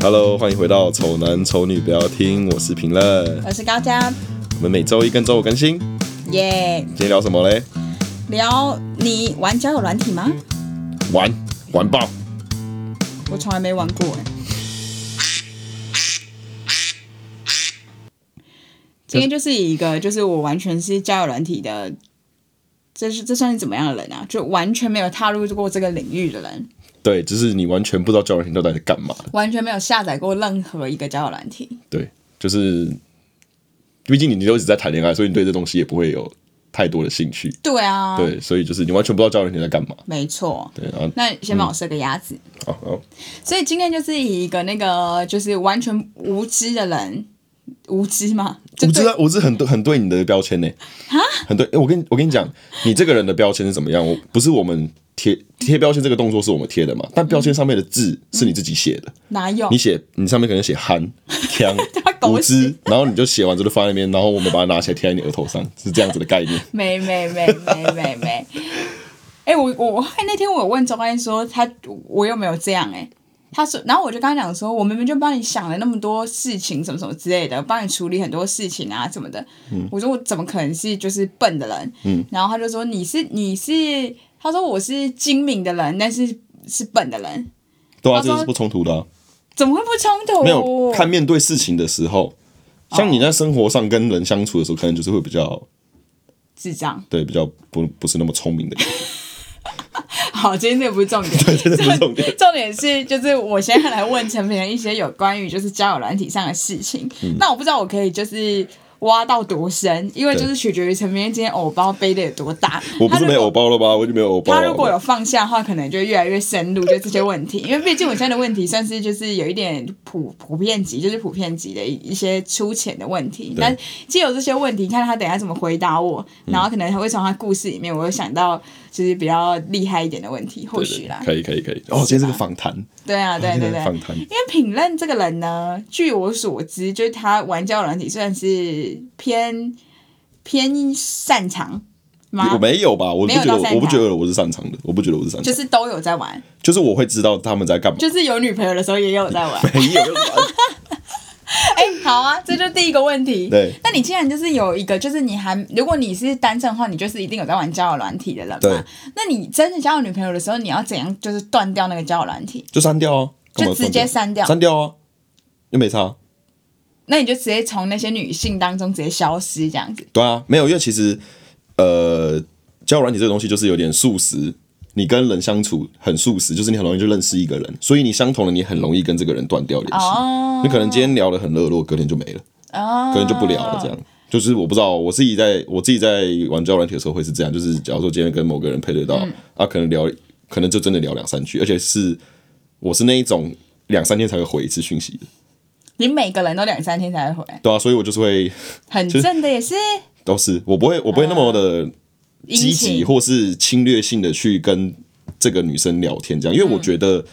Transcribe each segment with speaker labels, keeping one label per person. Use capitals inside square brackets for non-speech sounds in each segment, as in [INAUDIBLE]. Speaker 1: Hello，欢迎回到《丑男丑女不要听》，我是评论。
Speaker 2: 我是高嘉，
Speaker 1: 我们每周一跟周五更新。
Speaker 2: 耶、
Speaker 1: 今天聊什么嘞？
Speaker 2: 聊你玩交友软体吗？
Speaker 1: 玩玩爆！
Speaker 2: 我从来没玩过哎。今天就是以一个，就是我完全是交友软体的，这是这算是怎么样的人啊？就完全没有踏入过这个领域的人，
Speaker 1: 对，就是你完全不知道交友软件到底在干嘛。
Speaker 2: 完全没有下载过任何一个交友软体。
Speaker 1: 对，就是，毕竟你你都一直在谈恋爱，所以你对这东西也不会有太多的兴趣。
Speaker 2: 对啊，
Speaker 1: 对，所以就是你完全不知道交友软件在干嘛。
Speaker 2: 没错。
Speaker 1: 对，然后
Speaker 2: 那先帮我设个鸭子。
Speaker 1: 好，然后
Speaker 2: 所以今天就是以一个那个就是完全无知的人，无知嘛，就
Speaker 1: 我
Speaker 2: 对
Speaker 1: 知道，我知道很对很对你的标签呢、很对。诶我跟你我跟你讲，你这个人的标签是怎么样？我不是我们贴贴标签这个动作是我们贴的嘛？但标签上面的字是你自己写的，
Speaker 2: 哪有
Speaker 1: 你？写你上面可能写
Speaker 2: [LAUGHS]
Speaker 1: 憨、强
Speaker 2: 他、狗
Speaker 1: 无知
Speaker 2: 屎，
Speaker 1: 然后你就写完之后放在那边，然后我们把它拿起来贴在你额头上，是这样子的概念。
Speaker 2: 没没没没没没。 [LAUGHS] 哎、我我我那天我有问周安说他我有没有这样哎、他说，然后我就跟他讲说，我明明就帮你想了那么多事情，什么什么之类的，帮你处理很多事情啊什么的。
Speaker 1: 嗯
Speaker 2: 我说我怎么可能是就是笨的人？然后他就说你是你是，他说我是精明的人，但是是笨的人，
Speaker 1: 对啊，
Speaker 2: 他
Speaker 1: 这
Speaker 2: 说
Speaker 1: 个是不冲突的、啊。
Speaker 2: 怎么会不冲突？
Speaker 1: 没有看面对事情的时候，像你在生活上跟人相处的时候，可能就是会比较
Speaker 2: 智障。
Speaker 1: 对比较不不是那么聪明的人。
Speaker 2: [LAUGHS] 好，今天这个不
Speaker 1: [LAUGHS]
Speaker 2: 是重点，
Speaker 1: 这不是重点。
Speaker 2: [LAUGHS] 重点是，就是我现在来问陈平一些有关于就是交友软体上的事情。
Speaker 1: 嗯
Speaker 2: 那我不知道我可以就是挖到多深，因为就是取决于陈平今天偶包背的有多大。
Speaker 1: 我不是没
Speaker 2: 他如
Speaker 1: 偶
Speaker 2: 果
Speaker 1: 包了吧？我就没有偶包
Speaker 2: 他
Speaker 1: 了。
Speaker 2: 如果有放下的话，可能就越来越深入，就这些问题。因为毕竟我现在的问题算是就是有一点普普遍级，就是普遍级的一一些粗浅的问题。但既有这些问题，看他等一下怎么回答我，
Speaker 1: 嗯
Speaker 2: 然后可能还会从他故事里面，我有想到就是比较厉害一点的问题，或
Speaker 1: 对
Speaker 2: 许啦。
Speaker 1: 可以可以可以。哦，今天这个访谈，
Speaker 2: 对啊，对对对。
Speaker 1: 访谈
Speaker 2: 因为品任这个人呢，据我所知，就是他玩交友软体算是偏偏擅长
Speaker 1: 我
Speaker 2: 吗？
Speaker 1: 没有吧？我不
Speaker 2: 啊没有
Speaker 1: 觉得
Speaker 2: 到
Speaker 1: 我，
Speaker 2: 擅长
Speaker 1: 我不觉得我是擅长的，我不觉得我是擅
Speaker 2: 就
Speaker 1: 长，
Speaker 2: 是都有在玩，
Speaker 1: 就是我会知道他们在干嘛。
Speaker 2: 就是有女朋友的时候也有在玩。
Speaker 1: [LAUGHS] 没有，
Speaker 2: 哎、好啊，这就是第一个问题。
Speaker 1: 对。
Speaker 2: 那你既然就是有一个，就是你还如果你是单身的话，你就是一定有在玩交友软体的人
Speaker 1: 对
Speaker 2: 嘛？那你真的交到女朋友的时候，你要怎样就是断掉那个交友软体？
Speaker 1: 就删掉啊，干嘛
Speaker 2: 就直接删掉
Speaker 1: 删掉啊，又没差。啊
Speaker 2: 那你就直接从那些女性当中直接消失这样子。
Speaker 1: 对啊，没有，因为其实呃，交友软体这个东西就是有点速食，你跟人相处很速食，就是你很容易就认识一个人，所以你相同的你很容易跟这个人断掉联系。
Speaker 2: 哦
Speaker 1: 你可能今天聊得很热络，隔天就没了，
Speaker 2: 哦，
Speaker 1: 隔天就不聊了，这样。就是我不知道，我自己在我自己在玩交友软体的时候会是这样，就是假如说今天跟某个人配对到，啊，可能聊，可能就真的聊两三句，而且是我是那一种两三天才会回一次讯息的，
Speaker 2: 你每个人都两三天才会回，
Speaker 1: 对啊，所以我就是会
Speaker 2: 很正的也是
Speaker 1: 都是我不会我不会那么的积
Speaker 2: 殷
Speaker 1: 极
Speaker 2: 勤
Speaker 1: 或是侵略性的去跟这个女生聊天，这样，因
Speaker 2: 嗯
Speaker 1: 为我觉得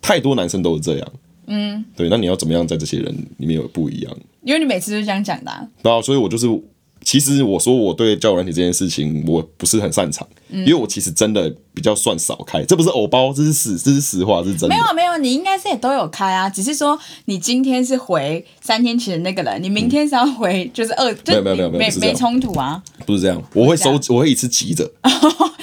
Speaker 1: 太多男生都是这样。嗯，对，那你要怎么样在这些人里面有不一样？
Speaker 2: 因为你每次都这样讲的啊、
Speaker 1: 然后，所以我就是，其实我说我对交友软体这件事情，我不是很擅长，
Speaker 2: 嗯
Speaker 1: 因为我其实真的比较算少开，这不是偶包，这是实，这是实话，这是真的
Speaker 2: 没。有啊没有，你应该是也都有开啊，只是说你今天是回三天前的那个人，你明天是要回就是二，就
Speaker 1: 没有没有
Speaker 2: 是
Speaker 1: 没有
Speaker 2: 你
Speaker 1: 没有不
Speaker 2: 没
Speaker 1: 是这样
Speaker 2: 冲突啊。
Speaker 1: 不是这样，我会
Speaker 2: 这样
Speaker 1: 收集，我会一次急
Speaker 2: [LAUGHS]
Speaker 1: 着，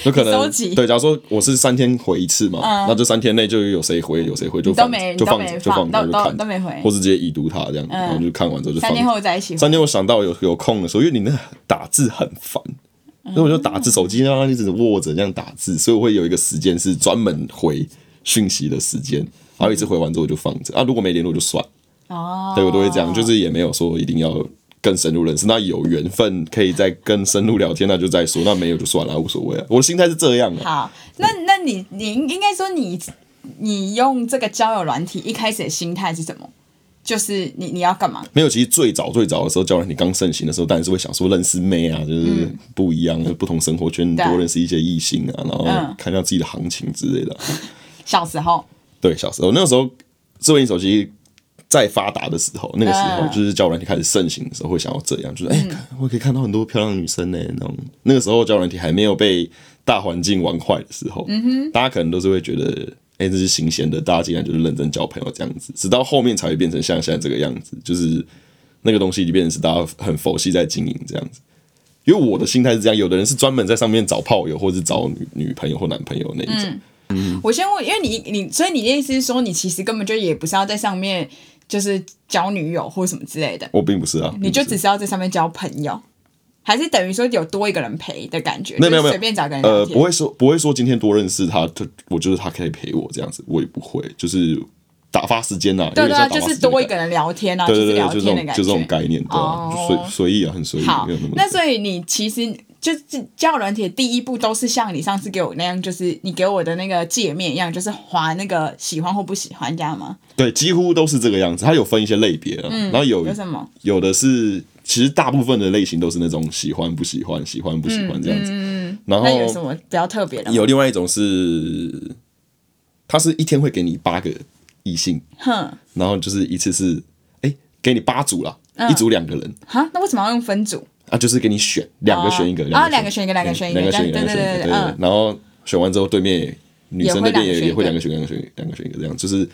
Speaker 1: 有可
Speaker 2: 你收
Speaker 1: 能
Speaker 2: 集嗯
Speaker 1: 对。假如说我是三天回一次嘛，那这三天内就有谁回有谁回就
Speaker 2: 都
Speaker 1: 放
Speaker 2: 没
Speaker 1: 就放
Speaker 2: 都没
Speaker 1: 就放
Speaker 2: 放
Speaker 1: 着
Speaker 2: 都
Speaker 1: 就
Speaker 2: 都
Speaker 1: 看，
Speaker 2: 都没回嗯
Speaker 1: 或是直接已读它这样，然后就看完之后就放
Speaker 2: 三
Speaker 1: 着。
Speaker 2: 天后再一起回，
Speaker 1: 三天我想到有有空的时候，因为你那打字很烦，
Speaker 2: 嗯
Speaker 1: 所以我就打字，手机啊一直握着这样打字，所以我会有一个时间是专门回讯息的时间，然后一次回完之后我就放着啊，如果没联络就算，
Speaker 2: 哦，
Speaker 1: 对我都会这样，就是也没有说一定要更深入认识，那有缘分可以再更深入聊天，那就再说，那没有就算了，无所谓啊，我的心态是这样的，
Speaker 2: 好，那那你你应该说你你用这个交友软体一开始的心态是什么？就是你你要干嘛？
Speaker 1: 没有，其实最早最早的时候，教人你刚盛行的时候，当然是会想说认识妹啊，就是不一样，不同生活圈
Speaker 2: 嗯对啊
Speaker 1: 多认识一些异性啊，然后
Speaker 2: 嗯
Speaker 1: 看一下自己的行情之类的啊。
Speaker 2: 小时候
Speaker 1: 对，小时候那个时候智慧型手机在发达的时候，那个时候
Speaker 2: 嗯
Speaker 1: 就是交友软体开始盛行的时候，会想要这样，就是哎、看我可以看到很多漂亮的女生呢、那种
Speaker 2: 嗯
Speaker 1: 那个时候交友软体还没有被大环境玩坏的时候，大家可能都是会觉得哎、这是新鲜的，大家尽量就是认真交朋友这样子，直到后面才会变成像现在这个样子，就是那个东西就变成是大家很佛系在经营这样子。因为我的心态是这样，有的人是专门在上面找炮友，或是找女女朋友或男朋友那一种。
Speaker 2: 嗯我先问，因为你你，所以你的意思是说，你其实根本就也不是要在上面就是交女友或什么之类的，
Speaker 1: 我并不是啊，
Speaker 2: 你就
Speaker 1: 并不
Speaker 2: 只
Speaker 1: 是
Speaker 2: 是要在上面交朋友，还是等于说有多一个人陪的感觉？
Speaker 1: 没有没有
Speaker 2: 就
Speaker 1: 没有
Speaker 2: 是随便找一个人聊
Speaker 1: 呃，
Speaker 2: 天
Speaker 1: 不会说不会说今天多认识他，他我觉得他可以陪我这样子，我也不会，就是打发时间呐、啊。
Speaker 2: 对
Speaker 1: 有
Speaker 2: 对
Speaker 1: 点像
Speaker 2: 啊，
Speaker 1: 打
Speaker 2: 就
Speaker 1: 发
Speaker 2: 是
Speaker 1: 时间
Speaker 2: 多一
Speaker 1: 的
Speaker 2: 个人聊天啊，
Speaker 1: 感觉。对对
Speaker 2: 是
Speaker 1: 对，
Speaker 2: 聊
Speaker 1: 就这
Speaker 2: 天的
Speaker 1: 种
Speaker 2: 感
Speaker 1: 就这种
Speaker 2: 觉。
Speaker 1: 概念，对啊，就
Speaker 2: 哦
Speaker 1: 随随意啊，很随意，
Speaker 2: 好
Speaker 1: 没有那么，
Speaker 2: 那所以你其实就是交友软体的第一步都是像你上次给我那样，就是你给我的那个界面一样，就是划那个喜欢或不喜欢，这样吗？
Speaker 1: 对，几乎都是这个样子。它有分一些类别啊，然后有
Speaker 2: 嗯有什么？
Speaker 1: 有的是，其实大部分的类型都是那种喜欢不喜欢、喜欢不喜欢这样
Speaker 2: 嗯
Speaker 1: 子。然
Speaker 2: 那有什
Speaker 1: 后
Speaker 2: 么比较特别的吗？
Speaker 1: 有另外一种是，它是一天会给你八个异性，
Speaker 2: 哼
Speaker 1: 然后就是一次是哎、给你八组啦，一组两个人
Speaker 2: 哈，那为什么要用分组？
Speaker 1: 啊，就是给你选两个选一个，
Speaker 2: 哦啊
Speaker 1: 两个
Speaker 2: 两个选一个
Speaker 1: 两个
Speaker 2: 两个选
Speaker 1: 选
Speaker 2: 一
Speaker 1: 一个，
Speaker 2: 个
Speaker 1: 两个选一个，
Speaker 2: 对对对对
Speaker 1: 对
Speaker 2: 嗯。
Speaker 1: 然后选完之后，对面女生那边
Speaker 2: 也会
Speaker 1: 也也会两
Speaker 2: 两个
Speaker 1: 个选两个选两个选一个这样，就是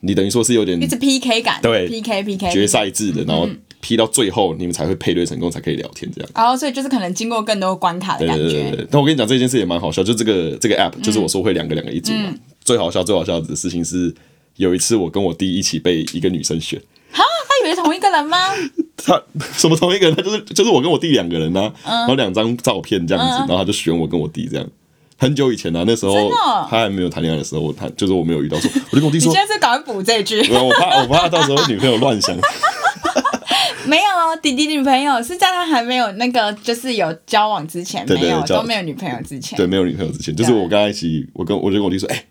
Speaker 1: 你等于说是有点
Speaker 2: 一直 PK 感，
Speaker 1: 对
Speaker 2: PK PK
Speaker 1: 决。赛制的，然后 P 到最后，你们才会配对成功，才可以聊天这样。
Speaker 2: 然后，哦所以就是可能经过更多关卡的
Speaker 1: 对
Speaker 2: 感
Speaker 1: 对对
Speaker 2: 觉，
Speaker 1: 对。但我跟你讲这件事也蛮好笑，就这个这个 app，就是我说会两个两个一组嘛。最好笑最好笑的事情是，有一次我跟我弟一起被一个女生选，
Speaker 2: 他以为是同一个人
Speaker 1: [LAUGHS]
Speaker 2: 吗？
Speaker 1: 他什么同一个人，他就是就是我跟我弟两个人呐、
Speaker 2: 嗯
Speaker 1: 然后两张照片这样子，然后他就选我跟我弟这样。很久以前呢、啊，那时
Speaker 2: 真
Speaker 1: 候
Speaker 2: 的哦
Speaker 1: 他还没有谈恋爱的时候，我他就是我没有遇到说，我就跟我弟
Speaker 2: 你
Speaker 1: 说
Speaker 2: 现，在是赶快补这一句，
Speaker 1: 没有我怕我怕他到时候女朋友乱
Speaker 2: [LAUGHS]
Speaker 1: 想，
Speaker 2: 没有哦，弟弟女朋友是在他还没有那个，就是有交往之前，
Speaker 1: 对对
Speaker 2: 没有
Speaker 1: 交
Speaker 2: 都没有女朋友之前，
Speaker 1: 对，没有女朋友之前，就是我跟他一起，我跟我就跟我弟说，哎、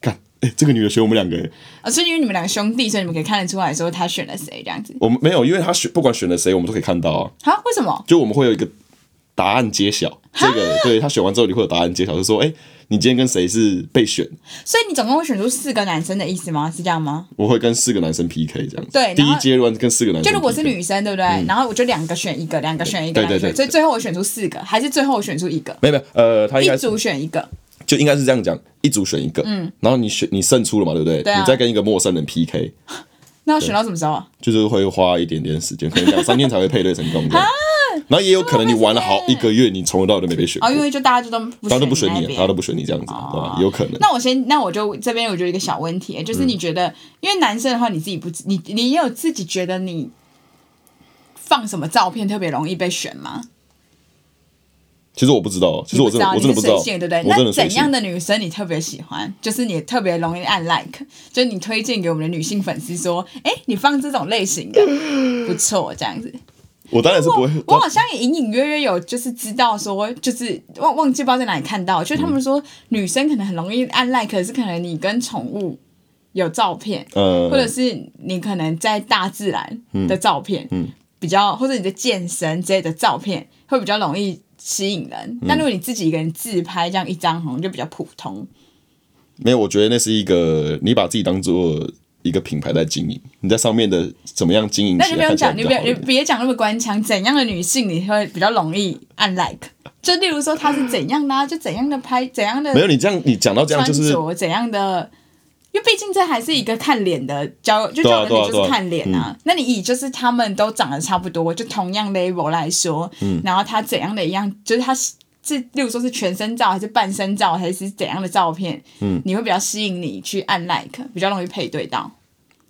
Speaker 1: 看，哎、这个女的选我们两个、哎
Speaker 2: 啊，所以因为你们两个兄弟，所以你们可以看得出来说他选了谁这样子。
Speaker 1: 我们没有，因为他选不管选了谁，我们都可以看到啊，
Speaker 2: 啊？为什么？
Speaker 1: 就我们会有一个答案揭晓，这个对他选完之后你会有答案揭晓，就说，哎、你今天跟谁是被选？
Speaker 2: 所以你总共会选出四个男生的意思吗？是这样吗？
Speaker 1: 我会跟四个男生 PK 这样子，
Speaker 2: 对然后
Speaker 1: 第一阶段跟四个男生 PK，
Speaker 2: 就如果是女生，对不对？然后我就两个选一个，两个选一个，
Speaker 1: 对对
Speaker 2: 两个选一
Speaker 1: 对对
Speaker 2: 个所以最后我选出四个，还是最后我选出一个，
Speaker 1: 没有没有，呃，他应
Speaker 2: 一
Speaker 1: 该是
Speaker 2: 组选一个。
Speaker 1: 就应该是这样讲，一组选一个，嗯，然后你选你胜出了嘛，对不对？
Speaker 2: 对啊
Speaker 1: 你再跟一个陌生人 PK，
Speaker 2: 那要选到什么时候啊？
Speaker 1: 就是会花一点点时间，可能两三天才会配对成功这
Speaker 2: [LAUGHS] 啊
Speaker 1: 样。然后也有可能你玩了好一个月，你从头到尾都没被选过
Speaker 2: 哦，，因为就大家就都不
Speaker 1: 他都不
Speaker 2: 选
Speaker 1: 选你啊
Speaker 2: 你那，边哦
Speaker 1: 他都不选你这样子，对吧？有可能。
Speaker 2: [LAUGHS] 那我先，那我就这边我就有一个小问题，就是
Speaker 1: 嗯
Speaker 2: 你觉得，因为男生的话，你自己不知，你你也有自己觉得你放什么照片特别容易被选吗？
Speaker 1: 其实我不知道，其实
Speaker 2: 你
Speaker 1: 我
Speaker 2: 不
Speaker 1: 真
Speaker 2: 知
Speaker 1: 的
Speaker 2: 道，
Speaker 1: 我真的不知道，
Speaker 2: 你
Speaker 1: 我
Speaker 2: 是随性对不对？
Speaker 1: 真
Speaker 2: 那
Speaker 1: 的随
Speaker 2: 怎
Speaker 1: 性
Speaker 2: 样。的女生你特别喜欢？就是你特别容易按 like，就是你推荐给我们的女性粉丝说，哎、你放这种类型的不错，这样子。
Speaker 1: 我当然是不会，
Speaker 2: 我好像也隐隐约约有就是知道说，就是忘忘记不知道在哪里看到，就是他们说女生可能很容易按 like，可是可能你跟宠物有照片，
Speaker 1: 呃
Speaker 2: 或者是你可能在大自然的照片，嗯，比较或者你的健身之类的照片会比较容易吸引人。
Speaker 1: 嗯
Speaker 2: 但如果你自己一个人自拍这样一张，好像就比较普通。
Speaker 1: 没有，我觉得那是一个你把自己当做一个品牌在经营，你在上面的怎么样经营
Speaker 2: 那
Speaker 1: 起
Speaker 2: 就不
Speaker 1: 来看
Speaker 2: 用
Speaker 1: 起来
Speaker 2: 讲，你
Speaker 1: 比
Speaker 2: 不
Speaker 1: 较
Speaker 2: 要
Speaker 1: 好
Speaker 2: 你
Speaker 1: 一点。
Speaker 2: 别讲那么官腔，怎样的女性你会比较容易按 like？就例如说她是怎样的、啊，就怎样的拍，怎样的
Speaker 1: 没有，你这样你讲到这样
Speaker 2: 穿
Speaker 1: 就
Speaker 2: 着
Speaker 1: 是
Speaker 2: 怎样的？因为毕竟这还是一个看脸的交友，就
Speaker 1: 对
Speaker 2: 交
Speaker 1: 啊
Speaker 2: 友软体
Speaker 1: 对啊
Speaker 2: 就
Speaker 1: 对
Speaker 2: 是
Speaker 1: 啊
Speaker 2: 看脸啊。那你以就是他们都长得差不多，就同样 level 来说，
Speaker 1: 嗯
Speaker 2: 然后他怎样的一样，就是他是这，例如说是全身照还是半身照还是怎样的照片，
Speaker 1: 嗯
Speaker 2: 你会比较吸引你去按 like，比较容易配对到。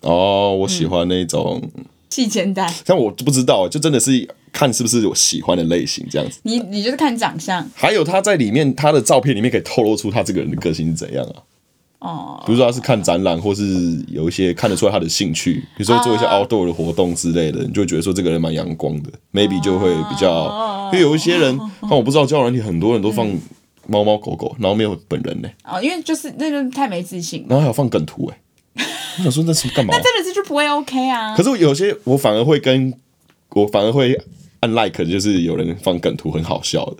Speaker 1: 哦，我喜欢那种，
Speaker 2: 细肩带，
Speaker 1: 但我就不知道，就真的是看是不是我喜欢的类型这样子。
Speaker 2: [LAUGHS] 你你就是看长相
Speaker 1: 还有他在里面他的照片里面可以透露出他这个人的个性是怎样啊？
Speaker 2: 哦，
Speaker 1: 比如说他是看展览，或是有一些看得出来他的兴趣，比如说做一
Speaker 2: 啊
Speaker 1: 些 outdoor 的活动之类的，你就会觉得说这个人蛮阳光的，maybe 就会比较，
Speaker 2: 哦
Speaker 1: 因为有一些人，但我不知道交友软体很多人都放猫猫狗
Speaker 2: 嗯
Speaker 1: 狗，然后没有本人呢、
Speaker 2: 哦，因为就是那就太没自信了，
Speaker 1: 然后还有放梗图
Speaker 2: [LAUGHS]
Speaker 1: 哎、我想说那是干嘛、
Speaker 2: 真的是就不会 OK 啊
Speaker 1: 可。是我有些我反而会跟我反而会按 like，的就是有人放梗图很好笑的，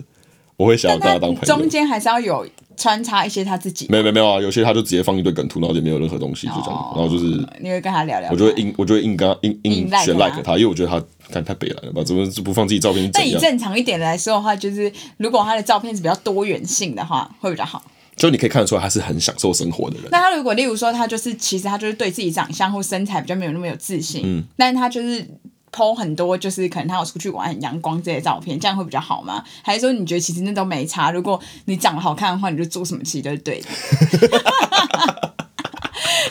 Speaker 1: 我会想要跟
Speaker 2: 但
Speaker 1: 他
Speaker 2: 他
Speaker 1: 当朋友
Speaker 2: 中。间还是要有穿插一些他自己
Speaker 1: 没有没有没有啊，有些他就直接放一堆梗图，然后也没有任何东西就这样，
Speaker 2: 哦
Speaker 1: 然后就是
Speaker 2: 你会跟他聊聊吗。
Speaker 1: 我就会硬，我就会硬跟他硬
Speaker 2: 硬
Speaker 1: 硬
Speaker 2: like
Speaker 1: 选
Speaker 2: 他
Speaker 1: like 他，因为我觉得他看太北来了吧，怎么就不放自己照片是
Speaker 2: 那
Speaker 1: 怎
Speaker 2: 以
Speaker 1: 样？
Speaker 2: 正常一点来说的话，就是如果他的照片是比较多元性的话，会比较好。
Speaker 1: 就你可以看得出来他是很享受生活的人。
Speaker 2: 那他如果例如说他就是其实他就是对自己长相或身材比较没有那么有自信，嗯，但是他就是。剖很多就是可能他有出去玩很阳光这些照片，这样会比较好吗？还是说你觉得其实那都没差？如果你长得好看的话，你就做什么其实都是对的。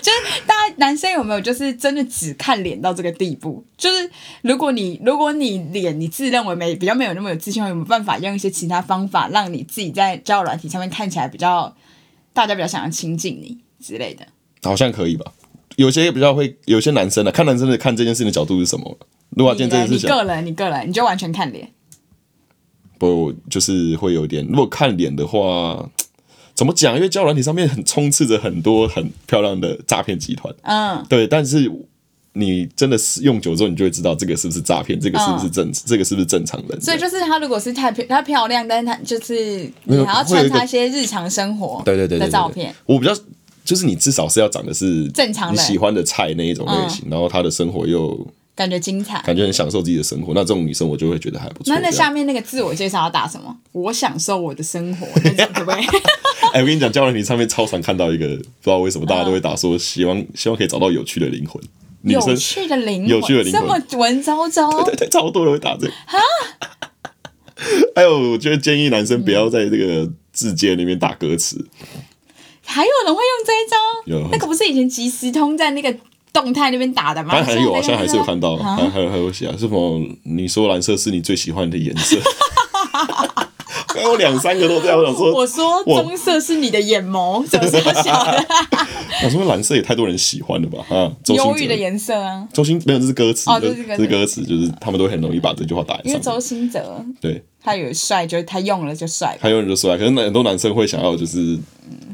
Speaker 2: 就是大家男生有没有就是真的只看脸到这个地步？就是如果你如果你脸你自认为没比较没有那么有自信，有没有办法用一些其他方法让你自己在交友软体上面看起来比较大家比较想要亲近你之类的？
Speaker 1: 好像可以吧？有些比较会，有些男生呢、啊，看男生的看这件事情的角度是什么？如果他今天
Speaker 2: 你
Speaker 1: 这
Speaker 2: 呢
Speaker 1: 件
Speaker 2: 你
Speaker 1: 事情，
Speaker 2: 个人你个人你就完全看脸，
Speaker 1: 不就是会有点，如果看脸的话，怎么讲？因为交友软体上面很充斥着很多很漂亮的诈骗集团，
Speaker 2: 嗯，
Speaker 1: 对，但是。你真的是用久之后，你就会知道这个是不是诈骗，这个是不是正，这个是不是正常人。
Speaker 2: 嗯所以就是她如果是太漂她漂亮，但是她就是
Speaker 1: 没
Speaker 2: 你
Speaker 1: 有
Speaker 2: 还要
Speaker 1: 会有一
Speaker 2: 穿
Speaker 1: 个
Speaker 2: 插一些日常生活
Speaker 1: 对对对对
Speaker 2: 的
Speaker 1: 对
Speaker 2: 照片，。
Speaker 1: 对我比较就是你至少是要长的是
Speaker 2: 正常人嗯
Speaker 1: 你喜欢的菜那一种类型，然后他的生活又
Speaker 2: 感觉精彩。
Speaker 1: 感觉很享受自己的生活，那这种女生我就会觉得还不错。
Speaker 2: 那那
Speaker 1: 这样
Speaker 2: 下面那个自我介绍要打什么？我享受我的生
Speaker 1: [LAUGHS]
Speaker 2: 活，那种对不对？
Speaker 1: 哎、我跟你讲，交友软体上面超常看到一个，不知道为什么大家都会打说希望希望可以找到有趣的灵魂，女生
Speaker 2: 嗯有趣的灵魂，
Speaker 1: 有趣的灵魂
Speaker 2: 这么文绉绉，
Speaker 1: 对对，超多人会打这个。 [LAUGHS] 还有，我觉得建议男生不要在这个字界那边打歌词，
Speaker 2: 还有人会用这一招
Speaker 1: 有？
Speaker 2: 那个不是以前即时通在那个动态那边打的吗？
Speaker 1: 当然还有啊，现在还是有看到，
Speaker 2: 啊
Speaker 1: 还还有还有写啊，什么你说蓝色是你最喜欢的颜色， [LAUGHS] 还有两三个都这样，我想说，
Speaker 2: 我说
Speaker 1: 我
Speaker 2: 棕色是你的
Speaker 1: [LAUGHS]
Speaker 2: 眼眸，怎么这么小的？
Speaker 1: 我说蓝色也太多人喜欢了吧？啊，周
Speaker 2: 忧
Speaker 1: 星
Speaker 2: 郁的
Speaker 1: 哲，
Speaker 2: 颜色啊，
Speaker 1: 周星没有，这是歌词
Speaker 2: 哦，
Speaker 1: 就
Speaker 2: 这是歌词
Speaker 1: 这歌词，就是他们都很容易把这句话打在
Speaker 2: 因为
Speaker 1: 上面。
Speaker 2: 周星哲
Speaker 1: 对，
Speaker 2: 他有帅，就是他用了就帅。
Speaker 1: 还有人就说啊，可是很多男生会想要就是，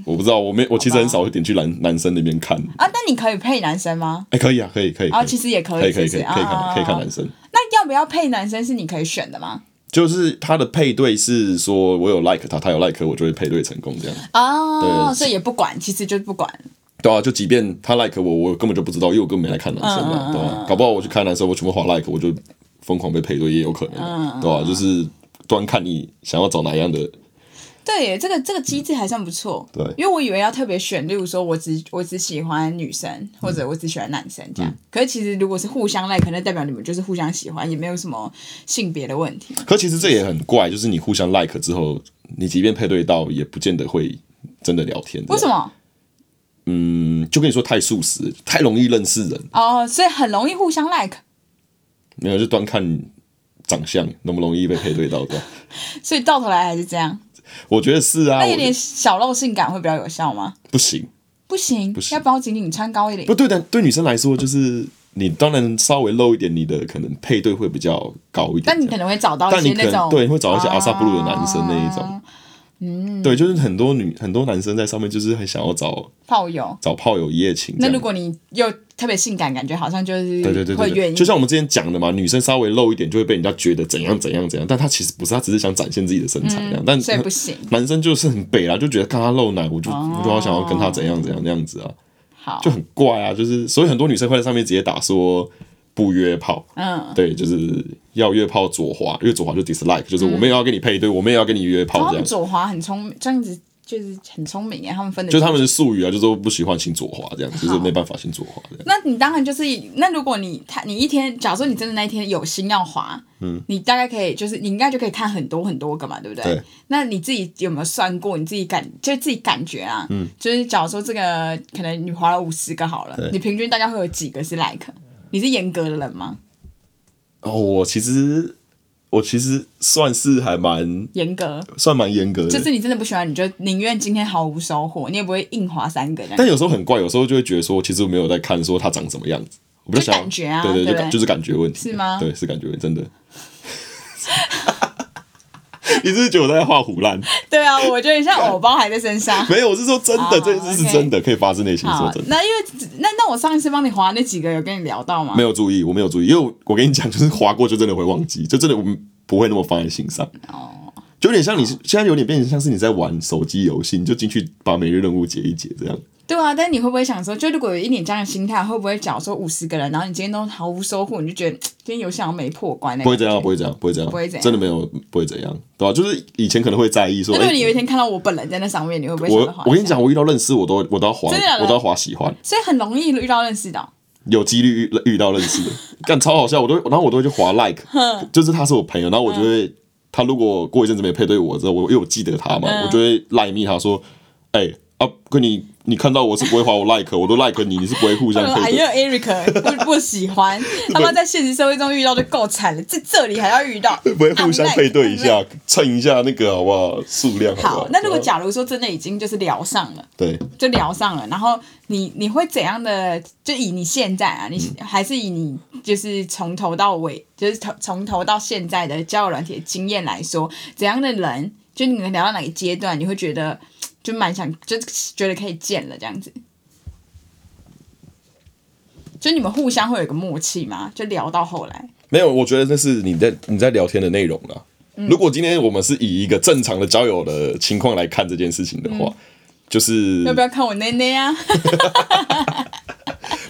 Speaker 1: 我不知道，我没，我其实很少会点去男男生那边看。
Speaker 2: 啊，那你可以配男生吗？
Speaker 1: 哎，可以啊，可以，可以，
Speaker 2: 啊，
Speaker 1: 可以
Speaker 2: 其实也可
Speaker 1: 可以
Speaker 2: 以，
Speaker 1: 可以
Speaker 2: 是
Speaker 1: 可
Speaker 2: 不
Speaker 1: 以
Speaker 2: 是
Speaker 1: 可以
Speaker 2: 啊
Speaker 1: 看可以看男生，
Speaker 2: 那要不要配男生是你可以选的吗？
Speaker 1: 就是他的配对是说我有 like 他，他有 like 我就会配对成功这样。
Speaker 2: 哦，
Speaker 1: 对
Speaker 2: 所以也不管，其实就是不管。
Speaker 1: 对啊，就即便他 like 我，我根本就不知道，因为我根本没来看男生嘛，
Speaker 2: 嗯嗯嗯
Speaker 1: 对吧、搞不好我去看男生，我全部划 like，我就疯狂被配对也有可能，
Speaker 2: 嗯
Speaker 1: 对吧、就是端看你想要找哪样的，
Speaker 2: 对耶，这个这个机制还算不错。
Speaker 1: 对
Speaker 2: 因为我以为要特别选，例如说我只我只喜欢女生，或者我只喜欢男生这样。
Speaker 1: 嗯
Speaker 2: 可是其实如果是互相 like，那代表你们就是互相喜欢，也没有什么性别的问题。
Speaker 1: 可其实这也很怪，就是你互相 like 之后，你即便配对到，也不见得会真的聊天。
Speaker 2: 为什？么？
Speaker 1: 嗯，就跟你说太素食，太容易认识人，
Speaker 2: 哦，所以很容易互相 like，
Speaker 1: 没有就端看长相容不容易被配对到这样。
Speaker 2: 所以到头来还是这样。
Speaker 1: [LAUGHS] 我觉得是啊，
Speaker 2: 那
Speaker 1: 我
Speaker 2: 有
Speaker 1: 觉得
Speaker 2: 点小露性感会比较有效吗？
Speaker 1: 不行。
Speaker 2: 不行，
Speaker 1: 行
Speaker 2: 要包紧紧穿高一点
Speaker 1: 不。对的，对女生来说，就是你当然稍微露一点，你的可能配对会比较高一点。
Speaker 2: 但你可能会找到一
Speaker 1: 但
Speaker 2: 些
Speaker 1: 你可
Speaker 2: 哦那种哦
Speaker 1: 能对会找一些阿萨布鲁的男生那一种，嗯，对，就是很多女很多男生在上面就是很想要找
Speaker 2: 炮友。
Speaker 1: 找炮友一夜情这
Speaker 2: 那
Speaker 1: 样。
Speaker 2: 如果你又特别性感，感觉好像就是
Speaker 1: 对对对
Speaker 2: 会
Speaker 1: 对
Speaker 2: 愿
Speaker 1: 对，
Speaker 2: 意
Speaker 1: 就像我们之前讲的嘛，女生稍微露一点就会被人家觉得怎样怎样怎样，但她其实不是，她只是想展现自己的身材这样，但
Speaker 2: 嗯所以不哦行。
Speaker 1: [LAUGHS] 男生就是很北啦，就觉得看她露奶，我就、我就好想要跟她怎样怎样那样子啊，
Speaker 2: 好
Speaker 1: 就，很怪啊，就是所以很多女生会在上面直接打说不约炮，
Speaker 2: 嗯，
Speaker 1: 对，就是要约炮左滑，因为左滑就 dislike，就是我们也要跟你配对，我们也要跟你约炮
Speaker 2: 他
Speaker 1: 这
Speaker 2: 们
Speaker 1: 样，
Speaker 2: 左滑很聪明，这样子就是很聪明耶，他们分的。
Speaker 1: 就是他们的术语啊，就说不喜欢请左滑这样，就是没办法请左滑这样。
Speaker 2: 那你当然就是，那如果你他你一天，假如说你真的那一天有心要滑，嗯，你大概可以就是你应该就可以看很多很多个嘛，对不对？
Speaker 1: 对
Speaker 2: 那你自己有没有算过？你自己感就自己感觉啊，嗯，就是假如说这个可能你滑了五十个好了
Speaker 1: 对，
Speaker 2: 你平均大概会有几个是 like？你是严格的人吗？
Speaker 1: 哦，我其实我其实算是还蛮
Speaker 2: 严格，
Speaker 1: 算蛮严格的，
Speaker 2: 就是你真的不喜欢，你就宁愿今天毫无收获，你也不会硬滑三个这样。
Speaker 1: 但有时候很怪，有时候就会觉得说，其实我没有在看说他长什么样子，我比较
Speaker 2: 就
Speaker 1: 想
Speaker 2: 感觉啊
Speaker 1: 对
Speaker 2: 对
Speaker 1: 对，
Speaker 2: 不
Speaker 1: 就
Speaker 2: 对
Speaker 1: 感就是感觉问题，啊
Speaker 2: 是吗
Speaker 1: 对，是感觉问题，真的。 [LAUGHS] 你是不是觉得我在画虎烂？
Speaker 2: 对啊，我觉得你像偶包还在身 [LAUGHS] 上。
Speaker 1: 没有，我是说真
Speaker 2: 好
Speaker 1: 的，这件事是
Speaker 2: 哦 OK
Speaker 1: 真的，可以发自内心说
Speaker 2: 好
Speaker 1: 真，的。
Speaker 2: 那因为那那我上一次帮你滑那几个有跟你聊到吗？
Speaker 1: 没有注意，我没有注意，因为我跟你讲，就是划过就真的会忘记，就真的我们不会那么放在心上。哦，就有点像你现在有点变成像是你在玩手机游戏，你就进去把每日任务解一解这样。
Speaker 2: 对啊，但你会不会想说，就如果有一点这样的心态，会不会假如说五十个人，然后你今天都毫无收获，你就觉得嘖今天有想要没破关的
Speaker 1: 不会
Speaker 2: 感觉？
Speaker 1: 怎样，啊不会怎样，不会怎样，
Speaker 2: 不会怎样
Speaker 1: 真的没有，不会怎样，对吧、就是以前可能会在意说，
Speaker 2: 那如
Speaker 1: 哎、
Speaker 2: 果你有一天看到我本人在那上面，你会不会想要
Speaker 1: 我
Speaker 2: 划？
Speaker 1: 我跟你，讲，我遇到认识我都我都要划
Speaker 2: 真的假，的
Speaker 1: 我都要划喜欢，
Speaker 2: 所以很容易遇到认识的哦、
Speaker 1: 有几率遇遇到认
Speaker 2: [LAUGHS]
Speaker 1: 识的，干超好笑，我都然后我都会去划 like，就是
Speaker 2: 嗯
Speaker 1: 他是我朋友，然后我就会、他如果过一阵子没配对我之后，我因为我记得他
Speaker 2: 嗯
Speaker 1: 嘛，我就会赖密他说，哎、啊，跟你你看到我是不会划我 like，我都 like 你，你是不会互相
Speaker 2: 嗯 [LAUGHS] 哎
Speaker 1: 配对。
Speaker 2: 呀，Eric 不不喜欢，他妈在现实社会中遇到就够惨了，在这里还要遇到，
Speaker 1: [LAUGHS] 不会互相
Speaker 2: I'm like-
Speaker 1: 配对一
Speaker 2: I'm
Speaker 1: 下，啊蹭一下那个好不好？数量好
Speaker 2: like。
Speaker 1: 不好？
Speaker 2: 好，那如果假如说真的已经就是聊上了，
Speaker 1: 对，
Speaker 2: 就聊上了，然后你你会怎样的？就以你现在啊，你、还是以你就是从头到尾，就是从从头到现在的交友软体的经验来说，怎样的人，就你能聊到哪个阶段，你会觉得就蛮想，就觉得可以见了这样子。就你们互相会有一个默契吗？就聊到后来，
Speaker 1: 没有，我觉得那是你在你在聊天的内容啦。
Speaker 2: 嗯
Speaker 1: 如果今天我们是以一个正常的交友的情况来看这件事情的
Speaker 2: 嗯
Speaker 1: 话，就是
Speaker 2: 要不要看我内内啊？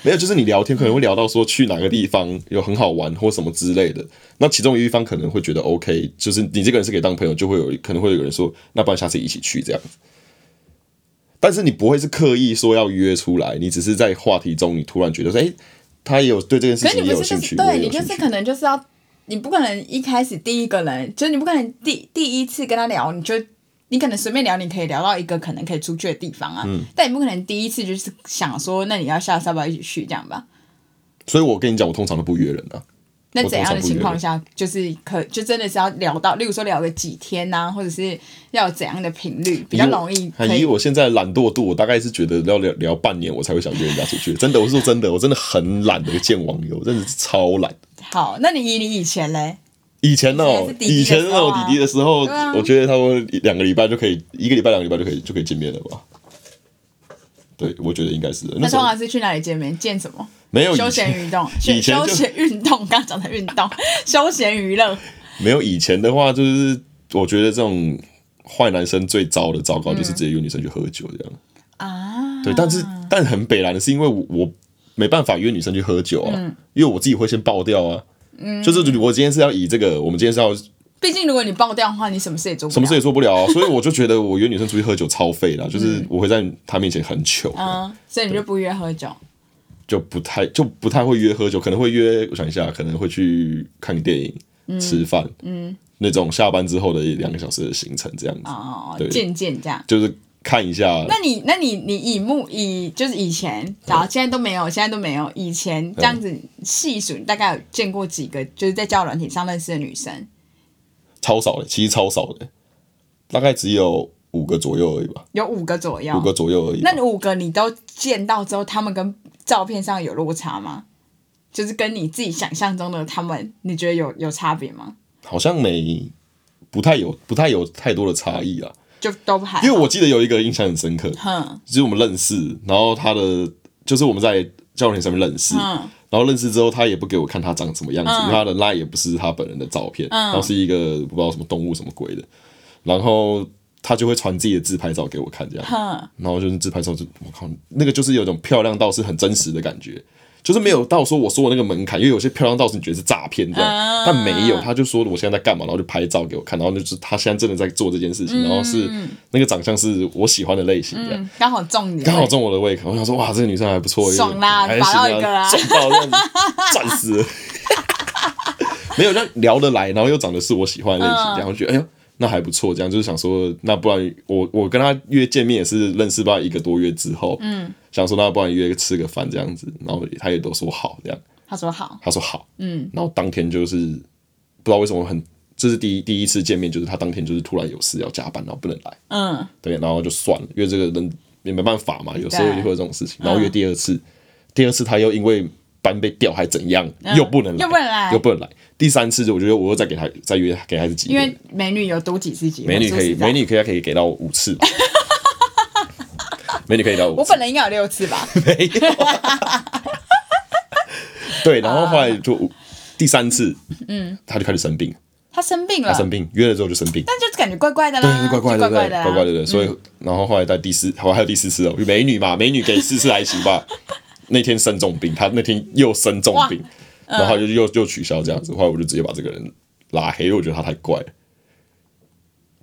Speaker 1: 没有，就是你聊天可能会聊到说去哪个地方有很好玩或什么之类的。那其中一方可能会觉得 OK，就是你这个人是可以当朋友，就会有可能会有人说，那不然下次一起去这样子。但是你不会是刻意说要约出来，你只是在话题中你突然觉得说，哎、他也有对这件事
Speaker 2: 可是
Speaker 1: 情
Speaker 2: 你
Speaker 1: 也
Speaker 2: 不
Speaker 1: 有
Speaker 2: 是
Speaker 1: 兴
Speaker 2: 就
Speaker 1: 趣，
Speaker 2: 是
Speaker 1: 我
Speaker 2: 对
Speaker 1: 也
Speaker 2: 你
Speaker 1: 有
Speaker 2: 就
Speaker 1: 兴
Speaker 2: 是
Speaker 1: 趣。
Speaker 2: 可能就是要，你不可能一开始第一个人，就是你不可能第第一次跟他聊，你就你可能随便聊，你可以聊到一个可能可以出去的地方啊，
Speaker 1: 嗯
Speaker 2: 但你不可能第一次就是想说，那你要下次要不要一起去这样吧？
Speaker 1: 所以我跟你讲，我通常都不约人啊。
Speaker 2: 那
Speaker 1: 我
Speaker 2: 怎样
Speaker 1: 通常
Speaker 2: 的
Speaker 1: 不
Speaker 2: 情
Speaker 1: 约
Speaker 2: 况
Speaker 1: 人
Speaker 2: 下，就是可就真的是要聊到，例如说聊个几天呐、或者是要有怎样的频率比较
Speaker 1: 以我
Speaker 2: 容易
Speaker 1: 还
Speaker 2: 可
Speaker 1: 哎以
Speaker 2: 以？
Speaker 1: 我现在的懒惰度，我大概是觉得要聊聊半年，我才会想约人家出去。真的，我是说真的，我真的很懒的一个见网友，真的是超懒。
Speaker 2: 好，那你以你以前嘞，
Speaker 1: 以前哦、
Speaker 2: 以
Speaker 1: 以
Speaker 2: 前
Speaker 1: 前
Speaker 2: 是弟弟的时
Speaker 1: 那种
Speaker 2: 候啊
Speaker 1: 弟弟的时候，
Speaker 2: 对啊
Speaker 1: 我觉得他们两个礼拜就可以，一个礼拜两个礼拜就可以就可以见面了吧？对，我觉得应该是的那
Speaker 2: 那
Speaker 1: 时
Speaker 2: 通
Speaker 1: 候
Speaker 2: 常是去哪里见面？见什么？
Speaker 1: 没有以
Speaker 2: 休闲
Speaker 1: 前
Speaker 2: 运动，
Speaker 1: 以前
Speaker 2: 休
Speaker 1: 就
Speaker 2: 闲运动， [LAUGHS] 刚刚讲的运动，休闲娱乐。
Speaker 1: 没有以前的话，就是我觉得这种坏男生最糟的糟糕就是直接约女生去喝酒这样。
Speaker 2: 嗯啊，
Speaker 1: 对，但是但很北蓝的是，因为我我没办法约女生去喝酒啊，
Speaker 2: 嗯
Speaker 1: 因为我自己会先爆掉啊。就是我今天是要以这个，我们今天是要什
Speaker 2: 毕竟如果你爆掉的话，你什么事也做不了。
Speaker 1: 么事也做不了、啊，所以我就觉得我约女生出去喝酒超废啦，就是我会在她面前很糗，
Speaker 2: 嗯，所以你就不约喝酒。
Speaker 1: 就不太就不太会约喝酒，可能会约，我想一下，可能会去看个电影、吃饭，嗯，那种下班之后的两个小时的行程这样子，
Speaker 2: 哦
Speaker 1: 对，
Speaker 2: 渐渐这样。
Speaker 1: 就是看一下。
Speaker 2: 那你，那你，你以目以就是以前，然后现在都没有，现在都没有。以前这样子细数，你大概有见过几个就是在交友软体上认识的女生？
Speaker 1: 超少的，其实超少的、大概只有五个左右而已吧，
Speaker 2: 有五个左右。
Speaker 1: 五个左右而已吧。
Speaker 2: 哦那你五个你都见到之后，他们跟照片上有落差吗？就是跟你自己想象中的他们，你觉得有有差别吗？
Speaker 1: 好像没不太有不太有太多的差异啊。
Speaker 2: 就都还好
Speaker 1: 因为我记得有一个印象很深刻，
Speaker 2: 哼
Speaker 1: 就是我们认识，然后他的就是我们在教练上面认识，
Speaker 2: 嗯
Speaker 1: 然后认识之后他也不给我看他长什么样子，因为他的那也不是他本人的照片，
Speaker 2: 嗯
Speaker 1: 然后是一个不知道什么动物什么鬼的，然后他就会传自己的自拍照给我看，这样，
Speaker 2: 哼，
Speaker 1: 然后就是自拍照就我靠，那个就是有一种漂亮到是很真实的感觉，就是没有到说我说的那个门槛，因为有些漂亮到是你觉得是诈骗这样，
Speaker 2: 啊
Speaker 1: 但没有，他就说我现在在干嘛，然后就拍照给我看，然后就是他现在真的在做这件事情，然后是那个长相是我喜欢的类型这样。
Speaker 2: 嗯，刚好中你的
Speaker 1: 刚好
Speaker 2: 位置
Speaker 1: 中我的胃口，我想说哇，这个女生还不错，
Speaker 2: 爽啦
Speaker 1: 还
Speaker 2: 把
Speaker 1: 行
Speaker 2: 到一个
Speaker 1: 啊，
Speaker 2: 啊
Speaker 1: 爽到这样子，赚死了。 [LAUGHS] 没有，那聊得来，然后又长得是我喜欢的类型，
Speaker 2: 嗯
Speaker 1: 然后觉得哎呦，那还不错，这样就是想说，那不然我我跟他约见面也是认识吧一个多月之后，嗯，想说那不然约吃个饭这样子，然后他也都说好这样，
Speaker 2: 他说好，
Speaker 1: 他说好，嗯，然后当天就是不知道为什么很，这是第一第一次见面，就是他当天就是突然有事要加班，然后不能来，
Speaker 2: 嗯，
Speaker 1: 对，然后就算了，因为这个人也没办法嘛，有时候
Speaker 2: 对啊
Speaker 1: 也会有这种事情。然后约第二次，第二次他又因为班被调还怎样，又不能来，
Speaker 2: 嗯又不能来
Speaker 1: 又不能来。第三次就我觉得我又再给他再约给他一次机
Speaker 2: 因
Speaker 1: 会
Speaker 2: 为。美女有多几次机会，
Speaker 1: 美女可以，
Speaker 2: 说实在
Speaker 1: 美。女可以可以给到五次
Speaker 2: [LAUGHS]
Speaker 1: 吧。美女可以到五
Speaker 2: 我
Speaker 1: 次，
Speaker 2: 本人应该有六
Speaker 1: [LAUGHS]
Speaker 2: 次吧，
Speaker 1: 对。然后后来就第三次，嗯，他就开始生病，
Speaker 2: 他生病了
Speaker 1: 他，生病，约了之后就生病，
Speaker 2: 但就是感觉怪怪的
Speaker 1: 对
Speaker 2: 啦，，
Speaker 1: 怪怪
Speaker 2: 就
Speaker 1: 的，
Speaker 2: 怪
Speaker 1: 对
Speaker 2: 的啦，啊
Speaker 1: 怪怪的，对。所以，然后后来在第四，好还有第四次哦，美女嘛，美女给四次还行吧。那天生重病，他那天又生重病，然后就又又取消这样子，后来我就直接把这个人拉黑，因为我觉得他太怪了。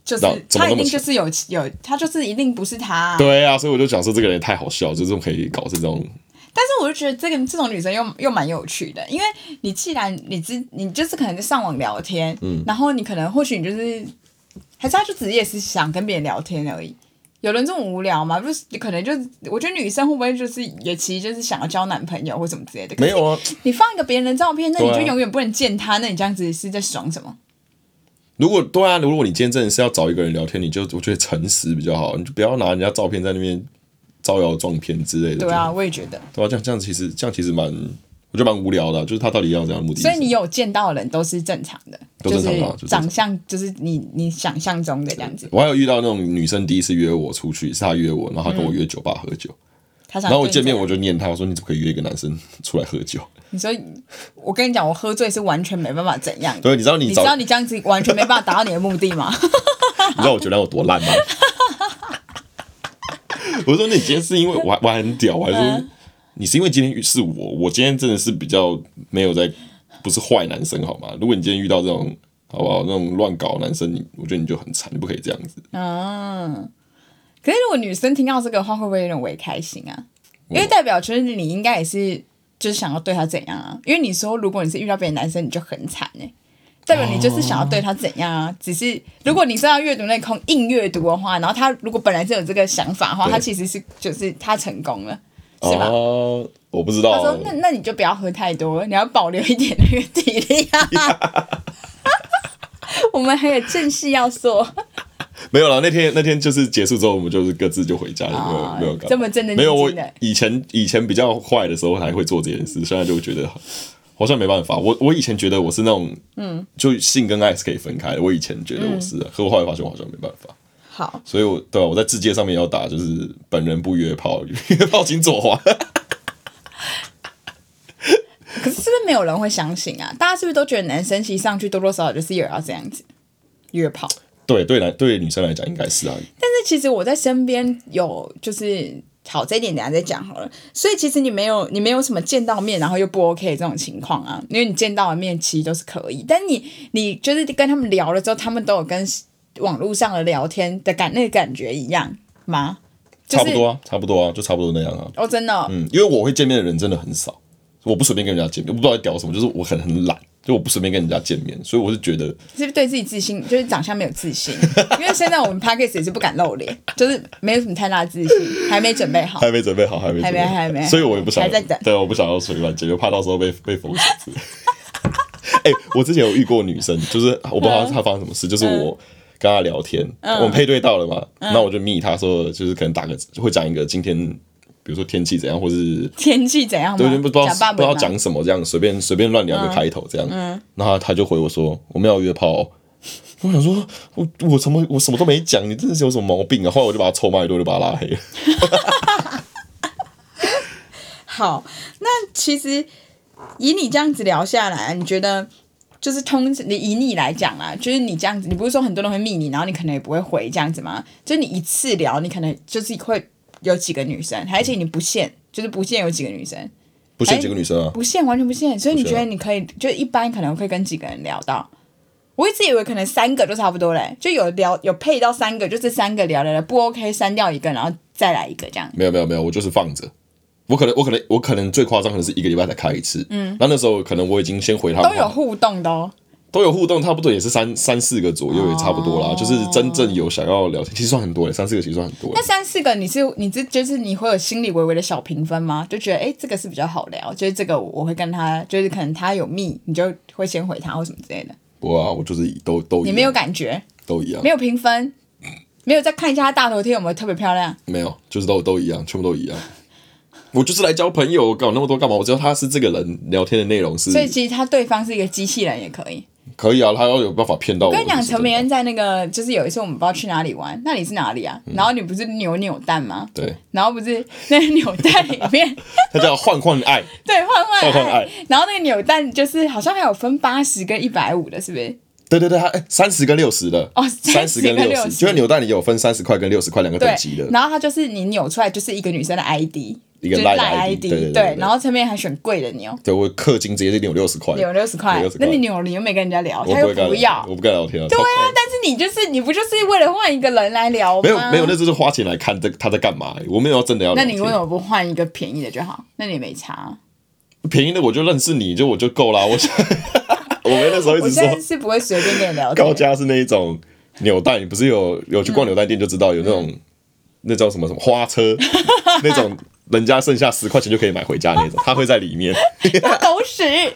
Speaker 2: 就是
Speaker 1: 那怎么
Speaker 2: 他
Speaker 1: 那
Speaker 2: 一
Speaker 1: 么
Speaker 2: 定
Speaker 1: 巧
Speaker 2: 就是有有，他就是一定不是他啊、
Speaker 1: 对啊，所以我就想说这个人也太好笑，就是可以搞这种
Speaker 2: 但是我就觉得这个这种女生又又蛮有趣的，因为你既然你知你就是可能在上网聊天，
Speaker 1: 嗯
Speaker 2: 然后你可能或许你就是，还是她就只是也是想跟别人聊天而已。有人这么无聊吗？就是可能就是，我觉得女生会不会就是也其实就是想要交男朋友或什么之类的？
Speaker 1: 没有
Speaker 2: 啊，
Speaker 1: 啊。
Speaker 2: 你放一个别人的照片，那你
Speaker 1: 对啊
Speaker 2: 就永远不能见他，那你这样子是在爽什么？
Speaker 1: 如果对啊，如果你今天真的是要找一个人聊天，你就我觉得诚实比较好，你就不要拿人家照片在那边招摇撞骗之类的。
Speaker 2: 对啊，我也觉得。
Speaker 1: 对啊，这样这样其实这样其实蛮，我觉得蛮无聊的啊、就是他到底要这样的目的是
Speaker 2: 所
Speaker 1: 什么？
Speaker 2: 以你有见到的人都是正常的，
Speaker 1: 都
Speaker 2: 就
Speaker 1: 正常
Speaker 2: 是
Speaker 1: 的啊就正常
Speaker 2: 长相就是你你想象中的这样子。
Speaker 1: 我还有遇到那种女生第一次约我出去，是她约我，然后她跟我约酒吧喝酒，
Speaker 2: 他想
Speaker 1: 然后我见面
Speaker 2: 跟
Speaker 1: 我
Speaker 2: 你
Speaker 1: 就念她，我说你怎么可以约一个男生出来喝酒？ [LAUGHS]
Speaker 2: 这样，你说我跟你讲，我喝醉是完全没办法怎样的。
Speaker 1: 对，你知道你
Speaker 2: 你知
Speaker 1: 找
Speaker 2: 道你这样子完全没办法达到你的目的吗？
Speaker 1: 你知道我酒量有多烂吗？ [LAUGHS] 我说你今天是因为我还我还很屌，我还说
Speaker 2: 嗯
Speaker 1: 你是因为今天是我，我今天真的是比较没有在，不是坏男生好吗？如果你今天遇到这种好不好那种乱搞的男生，你我觉得你就很惨，你不可以这样子。
Speaker 2: 嗯，可是如果女生听到这个话，会不会有点微开心啊？因为代表就是你应该也是就是想要对他怎样啊？因为你说如果你是遇到别的男生，你就很惨哎、代表你就是想要对他怎样
Speaker 1: 哦
Speaker 2: 啊？只是如果你是要阅读那空硬阅读的话，然后他如果本来是有这个想法的话，
Speaker 1: 对
Speaker 2: 他其实是就是他成功了，是吧？
Speaker 1: 哦，我不知
Speaker 2: 他说
Speaker 1: 道：“，
Speaker 2: 那那你就不要喝太多，你要保留一点那个体力啊。
Speaker 1: [LAUGHS]
Speaker 2: 我们还有正事要做，
Speaker 1: 没有了。那天那天就是结束之后，我们就是各自就回家了，没有没有干嘛
Speaker 2: 哦这么正正
Speaker 1: 没有，
Speaker 2: 经
Speaker 1: 我
Speaker 2: 经的。
Speaker 1: 以前以前比较坏的时候还会做这件事，现在就觉得好像没办法。我我以前觉得我是那种，嗯，就性跟爱是可以分开的。我以前觉得我
Speaker 2: 嗯
Speaker 1: 是啊，可我后来发现我好像没办法，
Speaker 2: 好，
Speaker 1: 所以我对啊吧、我在字界上面要打就是本人不约炮，约炮请左滑。 [LAUGHS]
Speaker 2: 可是是不是没有人会相信啊？大家是不是都觉得男生其实上去多多少少就是有要这样子约炮？
Speaker 1: 对对来对女生来讲应该是啊，
Speaker 2: 但是其实我在身边有就是。好，这一点等一下再讲好了。所以其实你没有你没有什么见到面，然后又不 OK 的这种情况啊，因为你见到的面其实都是可以，但你你就是跟他们聊了之后，他们都有跟网络上的聊天的感那个感觉一样吗？就
Speaker 1: 差
Speaker 2: 是
Speaker 1: 不多啊，差不多啊，就差不多那样啊。
Speaker 2: 哦，真的哦、
Speaker 1: 嗯，因为我会见面的人真的很少，我不随便跟人家见面，我不知道在屌什么，就是我很很懒，就我不随便跟人家见面，所以我是觉得
Speaker 2: 是不是对自己自信，就是长相没有自信？
Speaker 1: [LAUGHS]
Speaker 2: 因为现在我们 p a c k a g e 也是不敢露脸，就是没有什么太大自信，还没准备好。
Speaker 1: 还没准备好，还没准备好
Speaker 2: 还没还没
Speaker 1: 所以我也不想
Speaker 2: 还在等
Speaker 1: 对，我不想要随便接，就怕到时候被被封死之
Speaker 2: [LAUGHS]
Speaker 1: 类的。哎、我之前有遇过女生，就是我不知
Speaker 2: 嗯
Speaker 1: 道她发生什么事，就是我跟她聊天，我们配对到了嘛，
Speaker 2: 嗯
Speaker 1: 那、我就密她说，就是可能打个会讲一个今天，比如说天气怎样，或是
Speaker 2: 天气怎样吗？嗯
Speaker 1: 对，就不知道
Speaker 2: 假爸
Speaker 1: 不知道
Speaker 2: 爸
Speaker 1: 讲什么，这样随便随便乱聊个开头这样。然后他就回我说我们要约炮、哦。我想说，我我什么我什么都没讲，你真的是有什么毛病啊？后来我就把他臭骂一顿，我就把他拉黑了。
Speaker 2: 好，那其实以你这样子聊下来，你觉得就是通你以你来讲啊，就是你这样子，你不是说很多人会密你，然后你可能也不会回这样子吗？就是你一次聊，你可能就是会有几个女生，而且你不限，就是不限有几个女生，
Speaker 1: 不限几个女生啊，
Speaker 2: 不限完全不限，所以你
Speaker 1: 不
Speaker 2: 觉
Speaker 1: 限啊
Speaker 2: 得你可以，就一般可能会跟几个人聊到。我一直以为可能三个就差不多嘞、就有聊有配到三个，就这三个聊聊聊不 OK，删掉一个，然后再来一个这样。
Speaker 1: 没有没有没有，我就是放着。我可能我可能我可能最夸张，可能是一个礼拜才开一次。嗯，那那时候可能我已经先回他们
Speaker 2: 都有互动的哦，
Speaker 1: 都有互动，差不多也是三三四个左右，也差不多啦。就是真正有想要聊天，其实算很多嘞，三四个其实算很多嘞
Speaker 2: 那。三四个你是你这就是你会有心里微微的小评分吗？就觉得哎、诶这个是比较好聊，就是这个我会跟他，就是可能他有密，你就会先回他或什么之类的。
Speaker 1: 我啊，我就是都都一
Speaker 2: 你
Speaker 1: 样
Speaker 2: 没有感觉，
Speaker 1: 都一样
Speaker 2: 没，有评分，没有再看一下他大头贴有没有特别漂亮？
Speaker 1: 没有，就是都都一样，全部都一样。 [LAUGHS] 我就是来交朋友，搞那么多干嘛？我知道他是这个人聊天的内容是
Speaker 2: 所以其实他对方是一个机器人也可以。
Speaker 1: 可以啊，他要有办法骗到我。
Speaker 2: 我跟你讲，
Speaker 1: 就是
Speaker 2: 陈明恩在那个就是有一次我们不知道去哪里玩，那里是哪里啊？
Speaker 1: 嗯
Speaker 2: 然后你不是扭扭蛋吗？
Speaker 1: 对，
Speaker 2: 然后不是那个扭蛋里面。 [LAUGHS]
Speaker 1: 他叫换换爱，
Speaker 2: 对，换换
Speaker 1: 换换爱
Speaker 2: 然后那个扭蛋就是好像还有分八十跟一百五的，是不是？
Speaker 1: 对对对，他哎三十跟六十的
Speaker 2: 哦
Speaker 1: 三
Speaker 2: 30
Speaker 1: 十跟
Speaker 2: 跟
Speaker 1: 六十，
Speaker 2: 60
Speaker 1: 就是扭蛋里有分三十块跟六十块两个
Speaker 2: 对
Speaker 1: 等级的，，
Speaker 2: 然后它就是你扭出来就是一个女生的 ID，
Speaker 1: 一个
Speaker 2: 就是
Speaker 1: Line
Speaker 2: 赖
Speaker 1: ID，对对对对
Speaker 2: 然后侧面还选贵的扭，
Speaker 1: 对我氪金直接是扭六十块，
Speaker 2: 扭六十块
Speaker 1: 扭60，
Speaker 2: 那你扭了你又没跟人家聊，
Speaker 1: 我
Speaker 2: 他
Speaker 1: 不
Speaker 2: 又
Speaker 1: 会跟他
Speaker 2: 不要
Speaker 1: 聊，我不跟他聊天啊，
Speaker 2: 对
Speaker 1: 超
Speaker 2: 啊，但是你就是你不就是为了换一个人来聊吗？
Speaker 1: 没有没有，那就是花钱来看这他在干嘛、我没有要真的要聊
Speaker 2: 那
Speaker 1: 天。[LAUGHS]
Speaker 2: 你为什么不换一个便宜的就好？那你没差。
Speaker 1: 便宜的我就认识你，就我就够啦。我想，
Speaker 2: [LAUGHS]
Speaker 1: 我们那时候一
Speaker 2: 我
Speaker 1: 直
Speaker 2: 现在
Speaker 1: 说
Speaker 2: 是不会随便跟你
Speaker 1: [LAUGHS]
Speaker 2: 聊
Speaker 1: 高
Speaker 2: 天，
Speaker 1: 家是那一种扭蛋，你不是有有去逛扭蛋店就知
Speaker 2: 嗯
Speaker 1: 道有那种、那叫什么什么花
Speaker 2: [LAUGHS]
Speaker 1: 车那种，人家剩下十块钱就可以买回家那种，他会在里面。
Speaker 2: 他狗屎。 [LAUGHS]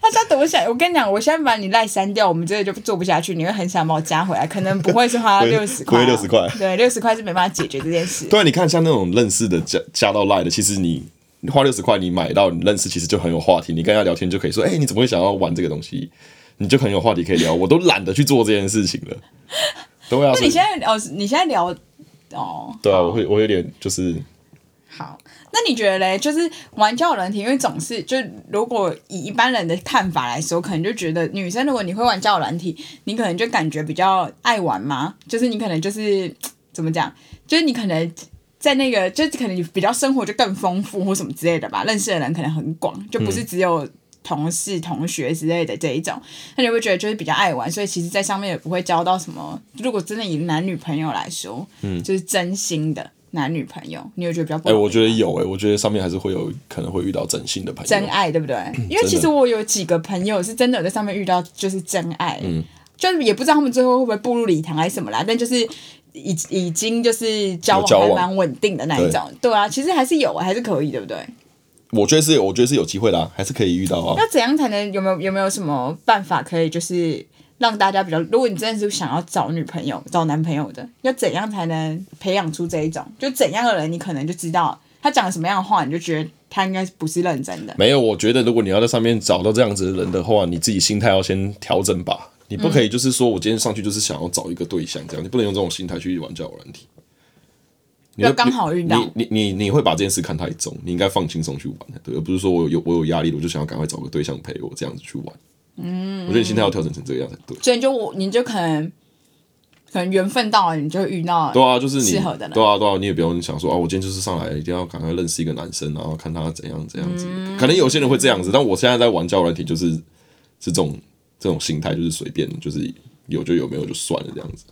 Speaker 2: 他家多想，我跟你讲，我现在把你赖删掉，我们这个就做不下去。你会很想把我加回来，可能不会是花
Speaker 1: [LAUGHS] 不会
Speaker 2: 六十
Speaker 1: 不
Speaker 2: 块啊，
Speaker 1: 会60块
Speaker 2: 对，六十块是没办法解决这件事。
Speaker 1: 对啊，你看像那种认识的加加到赖的，其实你。你花六十块，你买到你认识，其实就很有话题。你跟他聊天就可以说，哎、你怎么会想要玩这个东西？你就很有话题可以
Speaker 2: [LAUGHS]
Speaker 1: 聊。我都懒得去做这件事情了。对啊，
Speaker 2: 那你
Speaker 1: 所以
Speaker 2: 现在哦，你现在聊哦，
Speaker 1: 对啊，我会我有点就是
Speaker 2: 好，那你觉得嘞？就是玩交友软体，因为总是就如果以一般人的看法来说，可能就觉得女生如果你会玩交友软体，你可能就感觉比较爱玩嘛，就是你可能就是怎么讲，就是你可能。在那个，就是可能你比较生活就更丰富或什么之类的吧，认识的人可能很广，就不是只有同事、同学之类的这一种，那你会觉得就是比较爱玩，所以其实，在上面也不会交到什么。如果真的以男女朋友来说，嗯，就是真心的男女朋友，你有觉得比较不
Speaker 1: 哎、
Speaker 2: 容易
Speaker 1: 我觉得有哎、我觉得上面还是会有可能会遇到真心的朋友。
Speaker 2: 真爱，对不对？因为
Speaker 1: 嗯
Speaker 2: 其
Speaker 1: 真
Speaker 2: 实
Speaker 1: 的
Speaker 2: 我有几个朋友是真的有在上面遇到就是真爱，
Speaker 1: 嗯
Speaker 2: 就是也不知道他们最后会不会步入礼堂还是什么啦，但就是已已经就是交
Speaker 1: 有交
Speaker 2: 往还
Speaker 1: 往
Speaker 2: 蛮稳定的那一种，对啊，其实还是有，还是可以，对不对？
Speaker 1: 哦我觉得是有，我觉得是有机会的、啊，还是可以遇到啊。
Speaker 2: 那怎样才能有没有有没有什么办法可以就是让大家比较，如果你真的是想要找女朋友、找男朋友的，要怎样才能培养出这一种？就怎样的人，你可能就知道他讲什么样的话，你就觉得他应该不是认真的。
Speaker 1: 没有，我觉得如果你要在上面找到这样子的人的话，你自己心态要先调整吧。你不可
Speaker 2: 嗯
Speaker 1: 以就是说我今天上去就是想要找一个对象这样，你不能用这种心态去玩交友软体。你会
Speaker 2: 要刚好遇到
Speaker 1: 你你你你会把这件事看太重，你应该放轻松去玩，对，而不是说我有我有压力了，我就想要赶快找个对象陪我这样子去玩。嗯，我觉得你心态要调整成这个样才对。
Speaker 2: 所以就我你就可能可能缘分到了，你就会遇到
Speaker 1: 对啊，就是你
Speaker 2: 适合的人
Speaker 1: 对啊，对啊，你也不用想说啊，我今天就是上来一定要赶快认识一个男生，然后看他怎样怎样子。
Speaker 2: 嗯
Speaker 1: 可能有些人会这样子，但我现在在玩交友软体，就是是这种这种心态，就是随便，就是有就有，没有就算了这样子。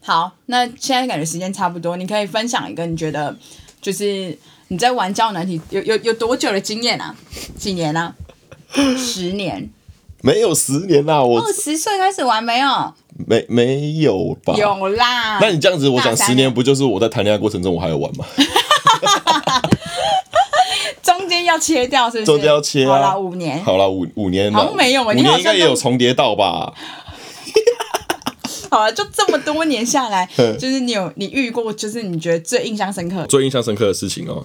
Speaker 2: 好。那现在感觉时间差不多，你可以分享一个你觉得就是你在玩交友难题有有有多久的经验啊？几年啊？十年？
Speaker 1: 没有十年啦，我
Speaker 2: 二十岁开始玩没有？
Speaker 1: 没没有吧？
Speaker 2: 有啦。
Speaker 1: 啊那你这样子，我
Speaker 2: 大
Speaker 1: 讲
Speaker 2: 三
Speaker 1: 十年，
Speaker 2: 了
Speaker 1: 不就是我在谈恋爱过程中我还有玩吗？
Speaker 2: 中间要切掉是不是？
Speaker 1: 中间要切啊
Speaker 2: 好啦，五年。
Speaker 1: 好啦，五五年了，
Speaker 2: 好像没有欸
Speaker 1: 五
Speaker 2: 你好
Speaker 1: 年
Speaker 2: 像
Speaker 1: 应该也
Speaker 2: 都
Speaker 1: 有重叠到吧？
Speaker 2: 好了，就这么多年下
Speaker 1: [LAUGHS]
Speaker 2: 来，就是你有你遇过，就是你觉得最印象深刻的，
Speaker 1: 最印象深刻的事情哦，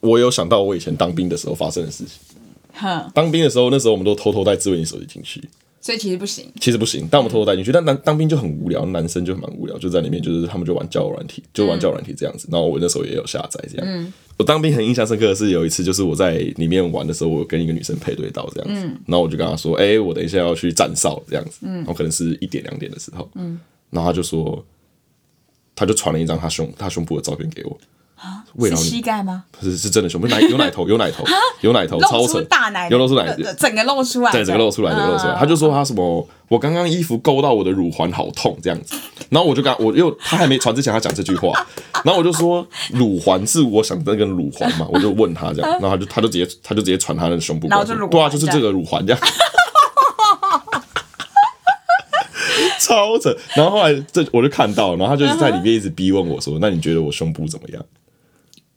Speaker 1: 我有想到我以前当兵的时候发生的事情。
Speaker 2: 哼，
Speaker 1: 当兵的时候，那时候我们都偷偷带自卫手机进去，
Speaker 2: 所以其实不行。
Speaker 1: 其实不行，但我们偷偷带进去。但当当兵就很无聊，男生就蛮无聊，就在里面就是他们就玩交友软体，就玩交友软体这样子。然后我那时候也有下载这样。
Speaker 2: 嗯
Speaker 1: 我当兵很印象深刻的是有一次，就是我在里面玩的时候，我跟一个女生配对到这样子，
Speaker 2: 嗯
Speaker 1: 然后我就跟她说：“哎、我等一下要去站哨这样子。”然后可能是一点两点的时候，
Speaker 2: 嗯
Speaker 1: 然后她就说，她就传了一张她胸她胸部的照片给我。为
Speaker 2: 啊是
Speaker 1: 了你
Speaker 2: 膝盖吗？
Speaker 1: 是是真的胸部，有奶有奶头，有奶头，有奶头，超
Speaker 2: 露出
Speaker 1: 扯，
Speaker 2: 大奶，
Speaker 1: 有露出奶，
Speaker 2: 整个露出来
Speaker 1: 对，
Speaker 2: 的，
Speaker 1: 整个露
Speaker 2: 嗯
Speaker 1: 出来，整个露出来。他就说他什么，我刚刚衣服勾到我的乳环，好痛这样子。然后我就刚，我又他还没传之前，他讲这句
Speaker 2: [LAUGHS]
Speaker 1: 话，然后我就说乳环是我想的那个乳环嘛，我就问他这样，然后他就他就直接他就直接传他的胸部
Speaker 2: 然
Speaker 1: 过
Speaker 2: 后
Speaker 1: 去，
Speaker 2: 就乳环
Speaker 1: 对啊，就是这个乳环这样。 [LAUGHS] 超扯，然后后来这我就看到，然后他就是在里面一直逼问我说：“那你觉得我胸部怎么样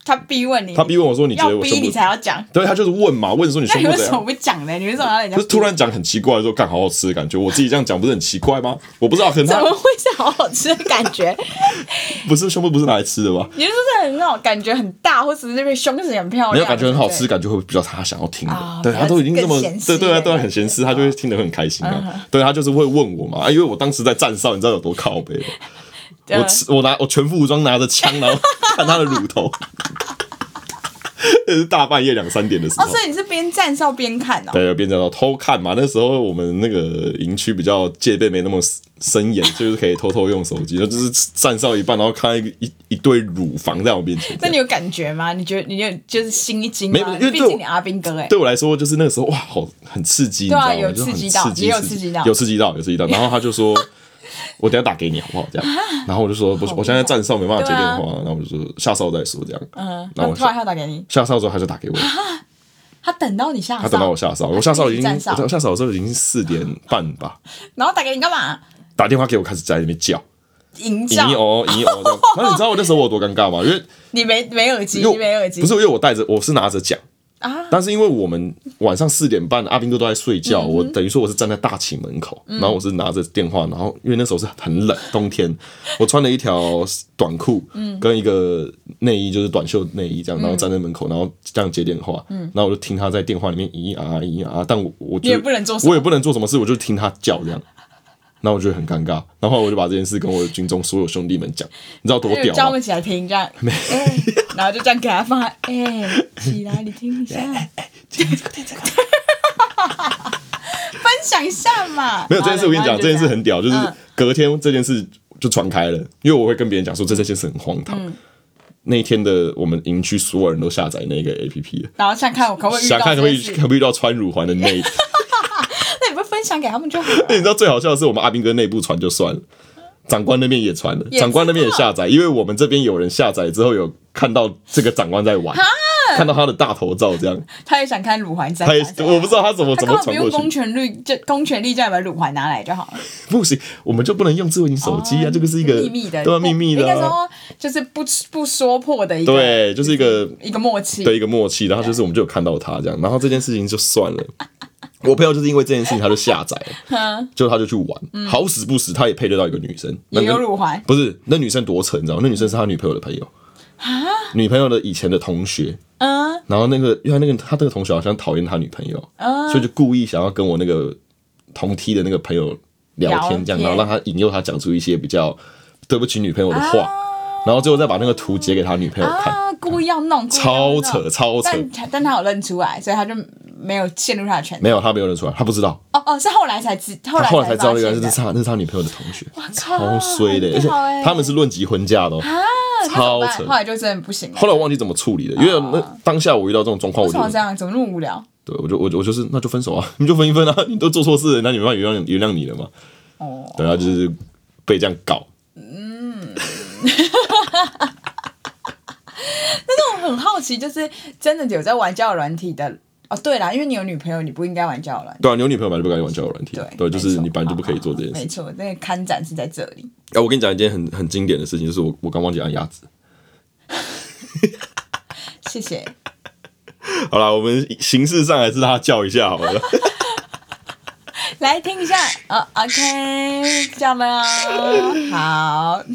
Speaker 2: 他逼问你，？”
Speaker 1: 他逼问我说：“你觉
Speaker 2: 要
Speaker 1: 得我
Speaker 2: 逼
Speaker 1: 胸部
Speaker 2: 你？”才要讲，
Speaker 1: 对，他就是问嘛，问说你
Speaker 2: 那
Speaker 1: 胸
Speaker 2: 你
Speaker 1: 部
Speaker 2: 为
Speaker 1: 怎
Speaker 2: 什么
Speaker 1: 样？
Speaker 2: 不讲呢？你为什么要人家
Speaker 1: 不是突然讲很奇怪说，干好好吃的感觉，我自己这样讲不是很奇怪吗？我不知道，可能
Speaker 2: 怎
Speaker 1: 他
Speaker 2: 么会是好好吃的感觉？ [LAUGHS]
Speaker 1: 不是胸部不是拿来吃的吧？
Speaker 2: 你是不是很好，感觉很大，或者是那边胸型很漂亮，
Speaker 1: 没有感觉很好
Speaker 2: 哦对
Speaker 1: 吃，
Speaker 2: 不
Speaker 1: 感觉会比较他想要听
Speaker 2: 哦
Speaker 1: 的。对
Speaker 2: 比
Speaker 1: 他
Speaker 2: 较
Speaker 1: 都已经这么
Speaker 2: 更闲
Speaker 1: 对
Speaker 2: 适
Speaker 1: 对啊
Speaker 2: 一点嗯
Speaker 1: 对啊，很闲适，他就会听得很开心啊。对他就是会问我嘛，啊因为我当时在站哨，你知道有多靠背吗？
Speaker 2: [LAUGHS] 对
Speaker 1: [LAUGHS]
Speaker 2: 啊
Speaker 1: 我吃我拿我全副武装拿着枪，然后看他的乳头。是大半夜两三点的时候
Speaker 2: 哦，。所以你是边站哨边看哦。
Speaker 1: 对，有变成到偷看嘛？那时候我们那个营区比较戒备没那么森
Speaker 2: [LAUGHS]
Speaker 1: 严，就是可以偷偷用手机，就是站上一半，然后看到一一一对乳房在我面前。
Speaker 2: 那你有感觉吗？你觉得你有就是心一惊吗？
Speaker 1: 没
Speaker 2: 啊
Speaker 1: 有因为
Speaker 2: 毕
Speaker 1: 对我
Speaker 2: 竟你阿兵哥哎、
Speaker 1: 对我来说，就是那个时候哇，好很刺激，
Speaker 2: 对啊
Speaker 1: 你知道吗？
Speaker 2: 有
Speaker 1: 就是很
Speaker 2: 刺激到
Speaker 1: 刺激，
Speaker 2: 也有
Speaker 1: 刺
Speaker 2: 刺激到
Speaker 1: 有刺激到，有
Speaker 2: [LAUGHS]
Speaker 1: 刺激到。然后他就说：“我等一下打给你好不好？”这样，然后我就说：“不是，
Speaker 2: 啊好
Speaker 1: 我现在站哨没办法接
Speaker 2: 对
Speaker 1: 电
Speaker 2: 啊
Speaker 1: 话。”然后我就说：“下哨再说。”这样，嗯
Speaker 2: 然
Speaker 1: 然后
Speaker 2: 后
Speaker 1: 我
Speaker 2: 突然他啊打给你，
Speaker 1: 下哨之后他就打给我，
Speaker 2: 他等到你下哨，
Speaker 1: 他等到我下哨，我下哨已经
Speaker 2: 站哨
Speaker 1: 我下哨的时候已经四点半吧，
Speaker 2: 然后打给你干嘛？
Speaker 1: 打电话给我开始在那边叫。
Speaker 2: 营
Speaker 1: 咦
Speaker 2: 造，
Speaker 1: 哦咦哦，这样。然后你知道 [LAUGHS] 我那时候我有多尴尬吗？因为
Speaker 2: 你没没耳机，
Speaker 1: 因为
Speaker 2: 你
Speaker 1: 我
Speaker 2: 没耳机，
Speaker 1: 不是因为我带着，我是拿着讲。
Speaker 2: 啊嗯
Speaker 1: 但是因为我们晚上四点半，阿兵哥都在睡觉，我等于说我是站在大寝门口，然后我是拿着电话，然后因为那时候是很
Speaker 2: [LAUGHS]
Speaker 1: 冷，冬天，我穿了一条短裤，
Speaker 2: 嗯
Speaker 1: 跟一个内衣，就是短袖内衣这样，然后站在门口，然后这样接电话，然后我就听他在电话里面咿咿啊啊咿咿啊啊，但我我就
Speaker 2: 嗯你也不能做什么
Speaker 1: 我也不能做什么事，我就听他叫这样。然后我就很尴尬，然后后来我就把这件事跟我的军中所有兄弟们讲，你知道多
Speaker 2: 就
Speaker 1: 屌
Speaker 2: 叫他
Speaker 1: [LAUGHS] 吗
Speaker 2: 们？起来听这样，哎然后就这样给他放，哎、起来你听一下，分享一下嘛。
Speaker 1: 没有这件事，我跟你
Speaker 2: 然
Speaker 1: 讲，
Speaker 2: 后
Speaker 1: 这件事
Speaker 2: 然后就
Speaker 1: 很屌，就是
Speaker 2: 嗯
Speaker 1: 隔天这件事就传开了，因为我会跟别人讲说这这件事很荒唐。
Speaker 2: 嗯
Speaker 1: 那一天的我们营区所有人都下载那个 A P P，
Speaker 2: 这样然后想看我可不可以遇到
Speaker 1: 想看可不可
Speaker 2: 这
Speaker 1: 以
Speaker 2: 件事
Speaker 1: 可不可以遇到穿乳环的
Speaker 2: [LAUGHS]
Speaker 1: 内？。
Speaker 2: 那你不分享给他们就好了
Speaker 1: 那你知道最好笑的是，我们阿兵哥内部传就算了。长官那边也传了，
Speaker 2: 也
Speaker 1: 长官那边也下载，因为我们这边有人下载之后有看到这个长官在玩，看到他的大头照这样，
Speaker 2: 他也想看乳环在
Speaker 1: 他也
Speaker 2: 哪里啊
Speaker 1: 我不知道他怎么
Speaker 2: 他
Speaker 1: 怎么
Speaker 2: 根本不
Speaker 1: 传过
Speaker 2: 用公
Speaker 1: 去，
Speaker 2: 权力，就公权力叫你把乳环拿来就好了。
Speaker 1: 不行，我们就不能用智慧型手机啊，这个是一个
Speaker 2: 哦秘密的，
Speaker 1: 对啊，秘密的
Speaker 2: 应
Speaker 1: 啊、
Speaker 2: 该说就是不不说破的一个
Speaker 1: 对，就是一个
Speaker 2: 一个默契。
Speaker 1: 的一个默契，然后就是我们就有看到他这样，然后这件事情就算了。我朋友就是因为这件事情，他就下载 [LAUGHS] 了，就他就去玩，好死不死，他也配得到一个女生，那
Speaker 2: 也有
Speaker 1: 个
Speaker 2: 乳环
Speaker 1: 不是那女生多扯，你知道吗？那女生是他女朋友的朋友，女朋友的以前的同学，
Speaker 2: 嗯，
Speaker 1: 然后那个因为那个他这个同学好像讨厌他女朋友，所以就故意想要跟我那个同梯的那个朋友聊天，这样，
Speaker 2: 聊天
Speaker 1: 然后让他引诱他讲出一些比较对不起女朋友的话，然后最后再把那个图截给他女朋友看，
Speaker 2: 啊，故意要弄，故意要
Speaker 1: 超
Speaker 2: 弄
Speaker 1: 扯。超扯。
Speaker 2: 但他但他有认出来，所以他就没有陷入他的圈子。
Speaker 1: 没有，他没有认出来，他不知道，
Speaker 2: 哦哦，是后来才知，后
Speaker 1: 他
Speaker 2: 来
Speaker 1: 后来才知道
Speaker 2: 发
Speaker 1: 原来
Speaker 2: 现
Speaker 1: 是
Speaker 2: 的
Speaker 1: 那是他那是他女朋友的同学，
Speaker 2: 靠
Speaker 1: 超衰的，而
Speaker 2: 很
Speaker 1: 且
Speaker 2: 屌欸
Speaker 1: 他们是论及婚嫁的哦，
Speaker 2: 啊，那怎么办
Speaker 1: 超扯
Speaker 2: 后来就真的不行了
Speaker 1: 后。来我忘记怎么处理了，因为那当下我遇到这种状况，
Speaker 2: 啊
Speaker 1: 我
Speaker 2: 为什
Speaker 1: 就
Speaker 2: 么这样？怎么那么无聊？
Speaker 1: 对我就我就我就是那就分手啊， [LAUGHS] 你就分一分啊，你都做错事了，那你没办法原谅原谅你了嘛，
Speaker 2: 哦，
Speaker 1: 对啊，就是被这样搞，
Speaker 2: 但我很好奇，就是真的有在玩交友软体的哦。对啦，因为你有女朋友，你不应该玩交友软体。
Speaker 1: 对啊，你有女朋友本来就不该玩交友软体啊对，
Speaker 2: 对，，
Speaker 1: 就是
Speaker 2: 没错啊
Speaker 1: 你本来就不可以做这件
Speaker 2: 没
Speaker 1: 事。
Speaker 2: 错，那个看展是在这里。
Speaker 1: 哎，我跟你讲一件很很经典的事情，就是我我刚忘记按鸭子。
Speaker 2: 谢谢。
Speaker 1: 好啦，我们形式上还是让他叫一下好了。
Speaker 2: 来听一下，哦，OK，叫了哦，好。 [LAUGHS]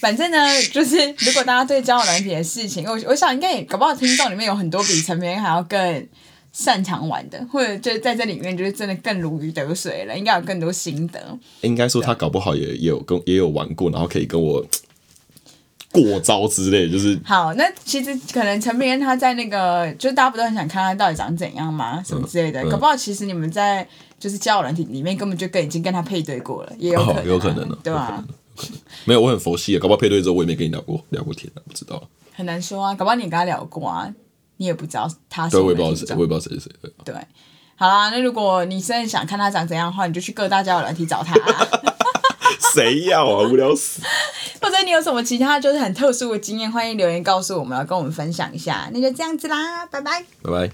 Speaker 2: 反正呢，就是如果大家对交友软体的事情，我我想应该也搞不好听众里面有很多比陈明还要更擅长玩的，或者就是在这里面就是真的更如鱼得水了，应该有更多心得。
Speaker 1: 应该说他搞不好也也有跟也有玩过，然后可以跟我过招之类，就是
Speaker 2: 好，那其实可能陈明恩他在那个，就是大家不都很想看他到底长怎样嘛，什么之类的。
Speaker 1: 嗯嗯
Speaker 2: 搞不好其实你们在就是交友软体里面根本就跟已经跟他配对过了，也有可能啊、
Speaker 1: 哦有可能啊
Speaker 2: 对吧、
Speaker 1: 没有我很佛系啊，搞不好配对之后我也没跟你聊过聊过天啊，不知道，
Speaker 2: 很难说啊，搞不好你也跟他聊过啊，你也不知道他是
Speaker 1: 对，我也不
Speaker 2: 我
Speaker 1: 知道
Speaker 2: 们
Speaker 1: 是
Speaker 2: 听
Speaker 1: 谁，
Speaker 2: 众
Speaker 1: 我也不知道谁是谁。对
Speaker 2: 对，好啦，那如果你真的想看他长怎样的话，你就去各大交友软体找他、啊
Speaker 1: [LAUGHS] 谁要啊，无聊死！
Speaker 2: 或者你有什么其他就是很特殊的经验，欢迎留言告诉我们，要跟我们分享一下。那就这样子啦，拜拜。
Speaker 1: 拜拜。